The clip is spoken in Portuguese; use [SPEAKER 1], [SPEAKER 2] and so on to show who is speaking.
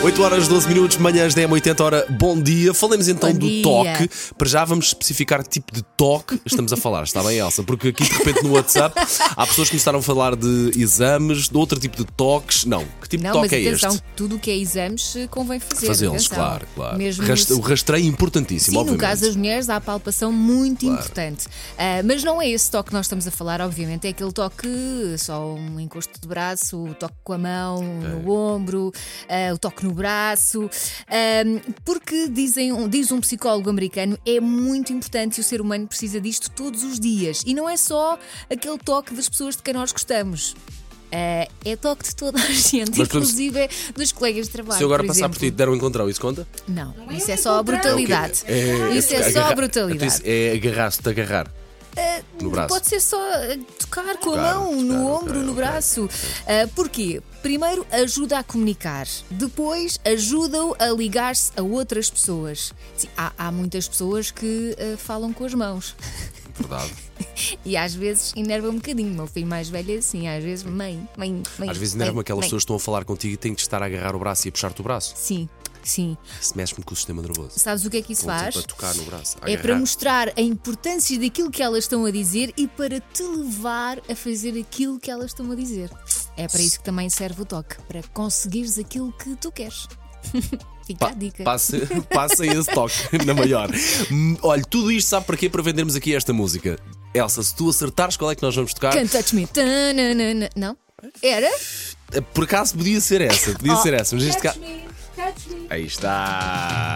[SPEAKER 1] 8 horas 12 minutos, manhãs 10 80 hora, bom dia. Falemos então
[SPEAKER 2] Bom
[SPEAKER 1] do
[SPEAKER 2] dia.
[SPEAKER 1] toque. Para já vamos especificar que tipo de toque estamos a falar, está bem, Elsa? Porque aqui de repente no WhatsApp há pessoas que começaram a falar de exames, de outro tipo de toques. Não, que tipo
[SPEAKER 2] Não,
[SPEAKER 1] de
[SPEAKER 2] mas
[SPEAKER 1] toque é
[SPEAKER 2] atenção,
[SPEAKER 1] este?
[SPEAKER 2] tudo o que é exames eh, convém fazer.
[SPEAKER 1] Fazê-los,
[SPEAKER 2] atenção.
[SPEAKER 1] claro, claro.
[SPEAKER 2] Mesmo
[SPEAKER 1] Rast-
[SPEAKER 2] se-
[SPEAKER 1] O rastreio é importantíssimo,
[SPEAKER 2] Sim, no
[SPEAKER 1] obviamente.
[SPEAKER 2] caso das mulheres há a palpação muito importante. Ah, mas não é esse toque que nós estamos a falar, obviamente. É aquele toque, só um encosto de braço, o toque com a mão no ombro, ah, o toque no braço. Ah, porque dizem, um- diz um psicólogo americano, é muito importante e o ser humano precisa disto todos os dias. E não é só aquele toque das pessoas de quem nós gostamos. Ah, é toque de toda a gente,
[SPEAKER 1] Mas podemos-
[SPEAKER 2] inclusive dos colegas de trabalho.
[SPEAKER 1] Se eu agora
[SPEAKER 2] por
[SPEAKER 1] passar por ti,
[SPEAKER 2] exemplo.
[SPEAKER 1] te der um encontrão, isso conta?
[SPEAKER 2] Não, isso é só a brutalidade.
[SPEAKER 1] É o quê?
[SPEAKER 2] Isso é, só
[SPEAKER 1] agarrar-
[SPEAKER 2] brutalidade. Ah,
[SPEAKER 1] Então isso É agarrar-te, agarrar. no braço.
[SPEAKER 2] Pode ser só eh, tocar com
[SPEAKER 1] Tocar,
[SPEAKER 2] a mão,
[SPEAKER 1] tocar,
[SPEAKER 2] no
[SPEAKER 1] ok,
[SPEAKER 2] ombro, no
[SPEAKER 1] ok.
[SPEAKER 2] braço. Ah, porquê? Primeiro, ajuda a comunicar. Depois, ajuda-o a ligar-se a outras pessoas. Sim, há, há muitas pessoas que ah, falam com as mãos.
[SPEAKER 1] Verdade.
[SPEAKER 2] E às vezes enerva um bocadinho. Meu filho mais velho é assim. Às vezes, mãe, mãe, mãe.
[SPEAKER 1] Às vezes
[SPEAKER 2] mãe,
[SPEAKER 1] enerva-me aquelas
[SPEAKER 2] mãe.
[SPEAKER 1] pessoas que estão a falar contigo e têm de estar a agarrar o braço e a puxar-te o braço.
[SPEAKER 2] Sim, sim.
[SPEAKER 1] Isso mexe-me com o sistema nervoso.
[SPEAKER 2] Sabes o que é que isso
[SPEAKER 1] Vão,
[SPEAKER 2] faz?
[SPEAKER 1] tipo, a tocar no braço. a
[SPEAKER 2] É para
[SPEAKER 1] agarrar.
[SPEAKER 2] mostrar a importância daquilo que elas estão a dizer e para te levar a fazer aquilo que elas estão a dizer. É para isso que também serve o toque, para conseguires aquilo que tu queres. Fica
[SPEAKER 1] Pa-
[SPEAKER 2] a dica.
[SPEAKER 1] Passa, passa esse toque na maior. Hum, Olha, tudo isto sabe para quê? Para vendermos aqui esta música. Elsa, se tu acertares qual é que nós vamos tocar,
[SPEAKER 2] Can't touch me. Tananana. Não? Era?
[SPEAKER 1] por acaso podia ser essa, podia
[SPEAKER 2] Oh.
[SPEAKER 1] ser essa, mas este
[SPEAKER 3] Touch
[SPEAKER 1] caso.
[SPEAKER 3] me, touch me.
[SPEAKER 1] Aí está.